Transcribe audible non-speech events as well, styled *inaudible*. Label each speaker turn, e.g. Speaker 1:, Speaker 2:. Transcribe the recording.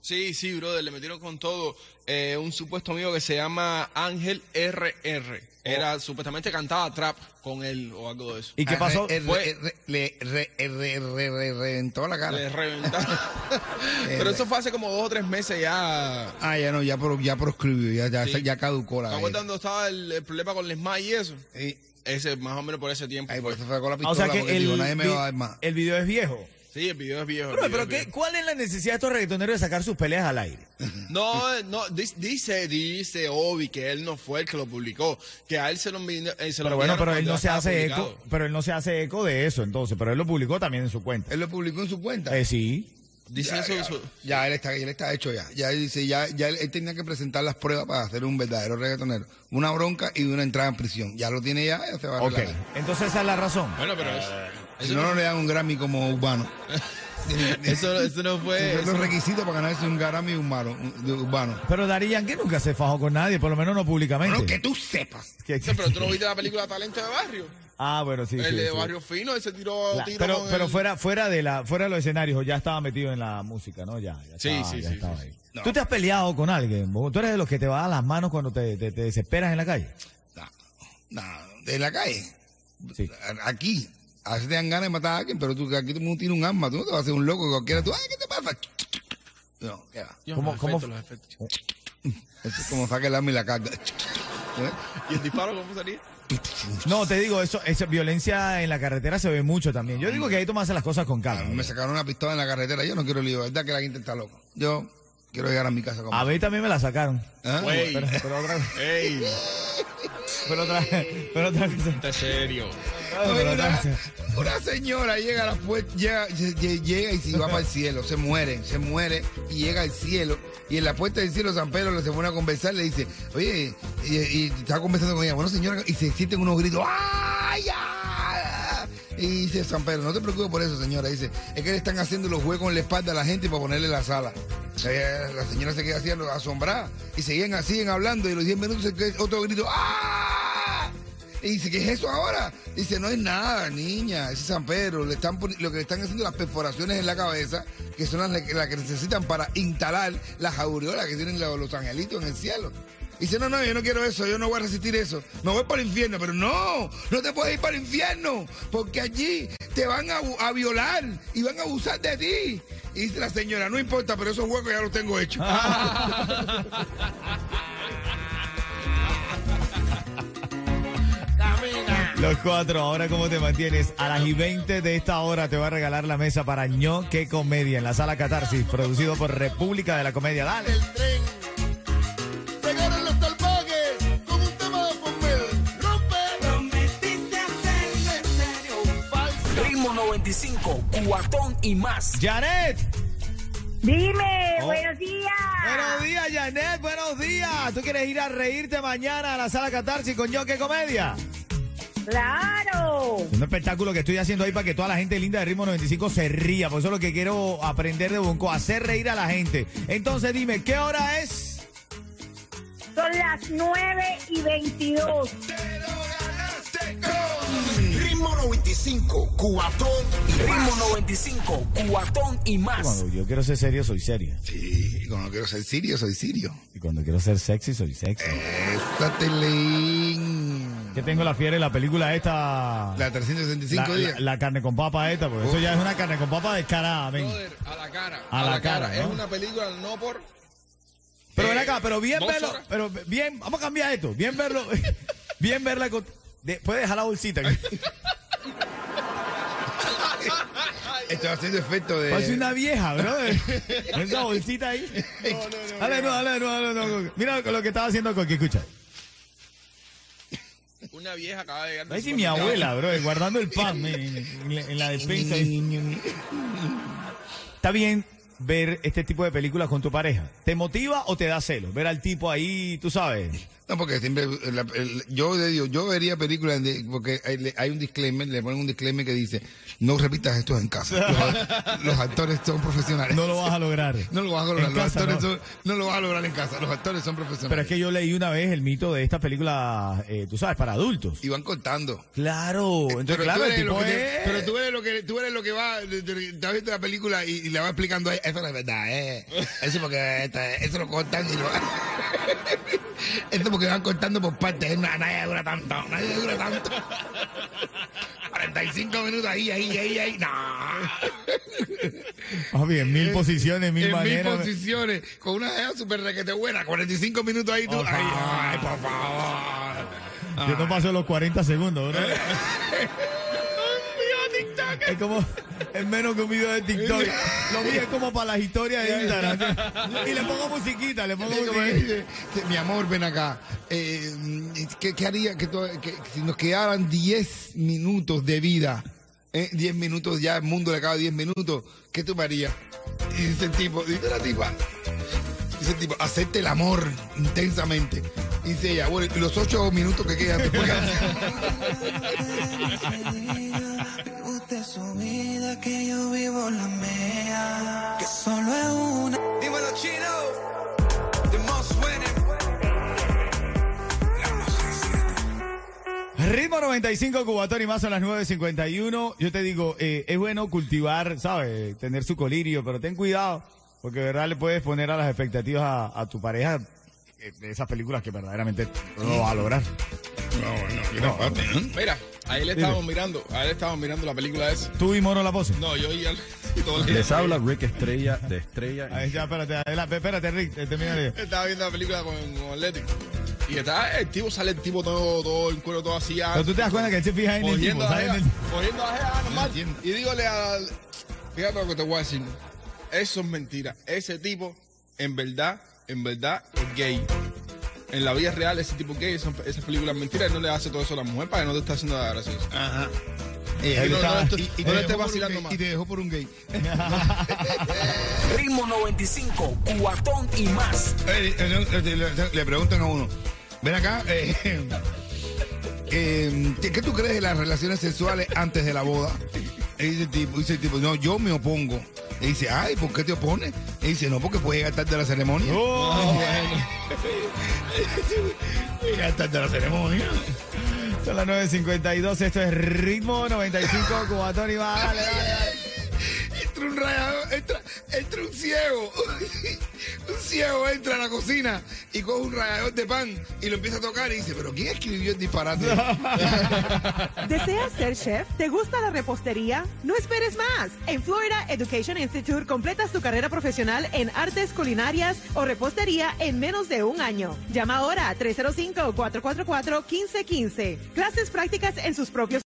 Speaker 1: Sí, sí, brother, le metieron con todo. Eh, un supuesto amigo que se llama Ángel RR. Era supuestamente cantaba trap con él o algo de eso.
Speaker 2: ¿Y qué pasó?
Speaker 3: Re-
Speaker 1: Fue-
Speaker 3: Eh, re- le re- eh, re- re- re- reventó la cara.
Speaker 1: Le *laughs* reventaron. Pero eso fue hace como dos o tres meses ya.
Speaker 3: Ah, ya no, ya, pro- ya proscribió, ya, ya,
Speaker 1: Sí.
Speaker 3: ya caducó la
Speaker 1: ¿Te acuerdas cuando estaba el, el problema con Lesma y eso?
Speaker 3: Sí.
Speaker 1: Ese, más o menos por ese tiempo.
Speaker 3: Ahí
Speaker 1: fue.
Speaker 3: por eso fue con la
Speaker 2: Ah,
Speaker 3: pistola,
Speaker 2: o sea que
Speaker 3: porque
Speaker 2: el,
Speaker 3: dijo, nadie me
Speaker 2: vi-
Speaker 3: va a dar más.
Speaker 2: el video es viejo.
Speaker 1: Sí, el video es viejo. el
Speaker 2: Pero,
Speaker 1: video
Speaker 2: pero
Speaker 1: es
Speaker 2: ¿qué,
Speaker 1: viejo.
Speaker 2: ¿cuál es la necesidad de estos reggaetoneros de sacar sus peleas al aire?
Speaker 1: *laughs* No, eh, no, di- dice, dice Obi que él no fue el que lo publicó, que a él se lo envi- eh, se lo
Speaker 2: Pero bueno,
Speaker 1: enviaron
Speaker 2: pero él
Speaker 1: cuando
Speaker 2: no
Speaker 1: ya
Speaker 2: se
Speaker 1: estaba
Speaker 2: hace
Speaker 1: publicado.
Speaker 2: eco, pero él no se hace eco de eso entonces, pero él lo publicó también en su cuenta.
Speaker 3: Él lo publicó en su cuenta.
Speaker 2: Eh, sí.
Speaker 1: Dice eso, eso-
Speaker 3: Ya él está, ya él está hecho ya. Ya él dice, ya, ya él, él tenía que presentar las pruebas para ser un verdadero reggaetonero. Una bronca y una entrada en prisión. Ya lo tiene ya, ya se va a
Speaker 2: Ok.
Speaker 3: relajar.
Speaker 2: Entonces esa es la razón.
Speaker 1: Bueno, pero es-
Speaker 3: Si no, no le dan un Grammy como urbano.
Speaker 1: *laughs* eso, eso no fue.
Speaker 3: Son
Speaker 1: eso-
Speaker 3: los requisitos para ganarse un Grammy humano, un- de urbano.
Speaker 2: Pero Dari Yankee nunca se fajó con nadie, por lo menos no públicamente.
Speaker 3: Bueno, que tú sepas.
Speaker 2: Que-
Speaker 1: Sí, pero tú no viste la película Talento de Barrio.
Speaker 2: Ah, bueno, sí. sí,
Speaker 1: el de
Speaker 2: sí.
Speaker 1: Barrio Fino, ese tiró
Speaker 2: La-
Speaker 1: tiro
Speaker 2: pero
Speaker 1: con
Speaker 2: pero
Speaker 1: el-
Speaker 2: fuera fuera de la fuera de los escenarios ya estaba metido en la música no ya, ya
Speaker 1: Sí,
Speaker 2: estaba-
Speaker 1: sí,
Speaker 2: ya
Speaker 1: sí,
Speaker 2: estaba
Speaker 1: sí,
Speaker 2: ahí.
Speaker 1: sí.
Speaker 2: tú te has peleado con alguien Bobo? tú eres de los que te va a las manos cuando te, te- te desesperas en la calle
Speaker 3: No, no, de la calle.
Speaker 2: Sí.
Speaker 3: A- Aquí. A veces te dan ganas de matar a alguien, pero tú, aquí todo el mundo tiene un arma. Tú no te vas a hacer un loco cualquiera. Tú, ay, ¿qué te pasa? *laughs* No, ¿qué va?
Speaker 1: Dios,
Speaker 2: ¿Cómo-
Speaker 1: los
Speaker 2: cómo-
Speaker 1: efectos, los efectos.
Speaker 3: Eso es como saca el arma y la carga. *laughs* ¿Eh?
Speaker 1: ¿Y el disparo cómo salía?
Speaker 2: no te digo eso esa violencia en la carretera se ve mucho también yo digo que ahí tomarse las cosas con
Speaker 3: A mí
Speaker 2: calma
Speaker 3: me sacaron una pistola en la carretera. Yo no quiero lío. Es verdad que la gente está loca. Yo quiero llegar a mi casa con...
Speaker 2: a mí también me la sacaron
Speaker 3: ¿Ah?
Speaker 1: Güey.
Speaker 2: pero, pero otra
Speaker 1: ¡Ey!
Speaker 2: pero otra pero otra vez-
Speaker 1: ¿En serio?
Speaker 2: pero
Speaker 3: Oye,
Speaker 2: otra
Speaker 3: una,
Speaker 2: vez-
Speaker 3: una señora llega a la puerta, llega, lle- lle- llega y se va para el cielo, se muere, se muere y llega al cielo. Y en la puerta del cielo San Pedro le se pone a conversar, le dice, oye, y, y está conversando con ella, bueno señora, y se sienten unos gritos, ¡ay! ah". Y dice San Pedro, no te preocupes por eso, señora. Dice, es que le están haciendo los huecos en la espalda a la gente para ponerle la sala. Eh, La señora se queda así asombrada y seguían, siguen hablando y a los 10 minutos se queda otro grito, ¡ah! Y dice, ¿qué es eso ahora? Dice, no es nada, niña, ese es San Pedro. Le están poni- lo que le están haciendo las perforaciones en la cabeza, que son las, que- las que necesitan para instalar las aureolas que tienen los, los angelitos en el cielo. Dice, no, no, yo no quiero eso, yo no voy a resistir eso. Me voy para el infierno, pero no, no te puedes ir para el infierno, porque allí te van a, bu- a violar y van a abusar de ti. Y dice la señora, no importa, pero esos huecos ya los tengo hechos.
Speaker 2: Los cuatro, ahora cómo te mantienes. A las y 20 de esta hora te va a regalar la mesa para ño que comedia en la sala Catarsis, producido por República de la Comedia. Dale.
Speaker 4: el tren. Llegaron los salvajes con un tema de formel. Rompe. Prometiste hacerlo en serio. Falso.
Speaker 5: Ritmo 95, cuatón y más.
Speaker 2: Janet.
Speaker 6: Dime,
Speaker 2: Oh.
Speaker 6: buenos días.
Speaker 2: Buenos días, Janet. Buenos días. ¿Tú quieres ir a reírte mañana a la sala Catarsis con ño que comedia?
Speaker 6: Claro.
Speaker 2: Un espectáculo que estoy haciendo ahí para que toda la gente linda de Ritmo 95 se ría. Por eso es lo que quiero aprender de Bunco, hacer reír a la gente. Entonces dime, ¿qué hora es?
Speaker 6: Son las 9 y 22.
Speaker 4: Ritmo 95, cubatón y
Speaker 5: Ritmo 95, cuatón y más.
Speaker 2: Cuando yo quiero ser serio, soy serio.
Speaker 3: Sí, cuando quiero ser sirio, soy sirio.
Speaker 2: Y cuando quiero ser sexy, soy sexy.
Speaker 3: Esta tele...
Speaker 2: Que tengo la fiebre de la película esta.
Speaker 3: La 365
Speaker 2: la,
Speaker 3: días.
Speaker 2: la- la carne con papa esta, porque eso ya es una carne con papa descarada, men.
Speaker 1: Brother, a la cara.
Speaker 2: A la cara,
Speaker 1: Es
Speaker 2: ¿no?
Speaker 1: una película no por.
Speaker 2: Pero
Speaker 1: Eh,
Speaker 2: ven acá, pero bien
Speaker 1: dos
Speaker 2: verlo,
Speaker 1: horas.
Speaker 2: pero bien, vamos a cambiar esto, bien verlo, *laughs* bien verla con, de- puede dejar la bolsita. *laughs*
Speaker 3: Estaba haciendo efecto de.
Speaker 2: Parece una vieja, bro. *laughs* Con Esa bolsita ahí. Dale, Eh. no, dale, no, dale, no. Mira lo que estaba haciendo con que escucha.
Speaker 1: Una vieja acaba de llegar. de
Speaker 2: Ahí sí
Speaker 1: su
Speaker 2: mi
Speaker 1: supermercado.
Speaker 2: abuela, bro, guardando el pan men, en, la- en la despensa. Está bien ver este tipo de películas con tu pareja. ¿Te motiva o te da celo? Ver al tipo ahí, tú sabes,
Speaker 3: No, porque siempre, eh, la- el- yo le digo, yo vería películas, de- porque hay, le- hay un disclaimer, le ponen un disclaimer que dice, no repitas esto
Speaker 2: *laughs*
Speaker 3: en casa. Los, los actores son profesionales.
Speaker 2: No lo vas a lograr.
Speaker 3: *laughs* No lo vas a lograr.
Speaker 2: En
Speaker 3: Los
Speaker 2: casa,
Speaker 3: actores
Speaker 2: no.
Speaker 3: son- no lo vas a lograr en casa. Los actores son profesionales.
Speaker 2: Pero es que yo leí una vez el mito de estas películas, eh, tú sabes, para adultos. Eh,
Speaker 3: Y van contando.
Speaker 2: Claro, entonces claro, el
Speaker 3: eres lo
Speaker 2: tipo
Speaker 3: que te-
Speaker 2: es...
Speaker 3: pero tú eres lo que tú eres lo que va de- de- te has visto la película y, y la va explicando ahí, eso no es verdad eh. eso porque esta- eso lo cortan y lo *laughs* eso porque van cortando por partes eh, na- nadie dura tanto nadie dura tanto 45 minutos ahí ahí ahí ahí no
Speaker 2: Papi, en Ah, mil posiciones, mil
Speaker 3: en
Speaker 2: maneras.
Speaker 3: mil posiciones con una idea super requete buena 45 minutos ahí tú
Speaker 2: Por
Speaker 3: ay,
Speaker 2: favor.
Speaker 3: ay, por favor
Speaker 2: Yo
Speaker 3: Ah.
Speaker 2: no paso los 40 segundos, bro.
Speaker 3: *laughs* TikTok.
Speaker 2: Es como, es menos que un video de
Speaker 3: *laughs*
Speaker 2: TikTok. Lo mío es como para las historias de Instagram. Y le pongo musiquita, le pongo
Speaker 3: Sí, como
Speaker 2: musiquita.
Speaker 3: dice, que, Mi amor, ven acá. Eh, ¿qué, qué haría que, to- que- que si nos quedaran 10 minutos de vida? eh, 10 minutos, ya el mundo le acaba 10 minutos. ¿Qué tú harías? Y dice el tipo, dice la tipa, dice el tipo, acepte el amor intensamente. Y dice ella, bueno, y los 8 minutos que quedan, ¿tú
Speaker 1: *laughs*
Speaker 3: qué haces?"
Speaker 4: Usted su vida, que yo vivo la mía. Que solo es una. Dímelo, chino. The most winning.
Speaker 2: Ritmo 95, Cubatón y más a las 9.51. Yo te digo, eh, es bueno cultivar, ¿sabes? Tener su colirio, pero ten cuidado, porque de verdad le puedes poner a las expectativas a, a tu pareja eh, de esas películas que verdaderamente no va a lograr.
Speaker 1: Mira, ahí le estábamos mirando, ahí le estábamos mirando la película esa.
Speaker 2: Tú y Moro la pose.
Speaker 1: No, yo y él *laughs* todo
Speaker 2: *laughs*
Speaker 1: el día.
Speaker 7: Les habla Rick Estrella de Estrella.
Speaker 2: Ahí ya, espérate, adelante, espérate, Rick, eh, termina de-
Speaker 1: Estaba viendo la película con, con Atlético. Y está el tipo, sale el tipo todo, todo en cuero, todo así. ah,
Speaker 2: Pero tú te das cuenta que él se fija en el tipo,
Speaker 1: cogiendo a
Speaker 2: ¿sabes?
Speaker 1: la
Speaker 2: En
Speaker 1: jeva,
Speaker 2: el-
Speaker 1: cogiendo a la jeva normal.
Speaker 3: entiendo.
Speaker 1: Y dígole al. Fíjate lo que te voy a decir. Eso es mentira. Ese tipo, en verdad, en verdad, es gay. En la vida real, ese tipo es gay, son- esas películas mentiras, él no le hace todo eso a la mujer para que no te esté haciendo nada gracioso.
Speaker 3: Y
Speaker 1: no,
Speaker 3: está-
Speaker 1: no, esto-
Speaker 3: y- y
Speaker 1: no
Speaker 3: te
Speaker 1: le
Speaker 3: dejó
Speaker 1: estés
Speaker 3: por un
Speaker 1: vacilando
Speaker 3: gay,
Speaker 1: más.
Speaker 3: Y te dejó por un gay.
Speaker 5: Ritmo 95, cuatón y más.
Speaker 3: Eh, eh, eh, eh, le- Le preguntan a uno, ven acá, eh, *laughs* eh, ¿qué qué tú crees de las relaciones sexuales antes de la boda? Y dice el tipo, dice el tipo, no, yo me opongo. Y dice, ay, ¿por qué te opones? Y dice, no, porque puede llegar tarde a la ceremonia. Puede llegar tarde a la ceremonia.
Speaker 2: *laughs* Son las 9.52, esto es Ritmo 95, Cubatón y más, dale, dale, dale.
Speaker 3: Entra un rayado, entra, entra un ciego. *laughs* un ciego entra a la cocina y coge un rallador de pan y lo empieza a tocar y dice, pero ¿quién escribió el *laughs* disparate?
Speaker 8: ¿Deseas ser chef? ¿Te gusta la repostería? No esperes más. En Florida Education Institute completas tu carrera profesional en artes culinarias o repostería en menos de un año. Llama ahora a 305-444-1515. Clases prácticas en sus propios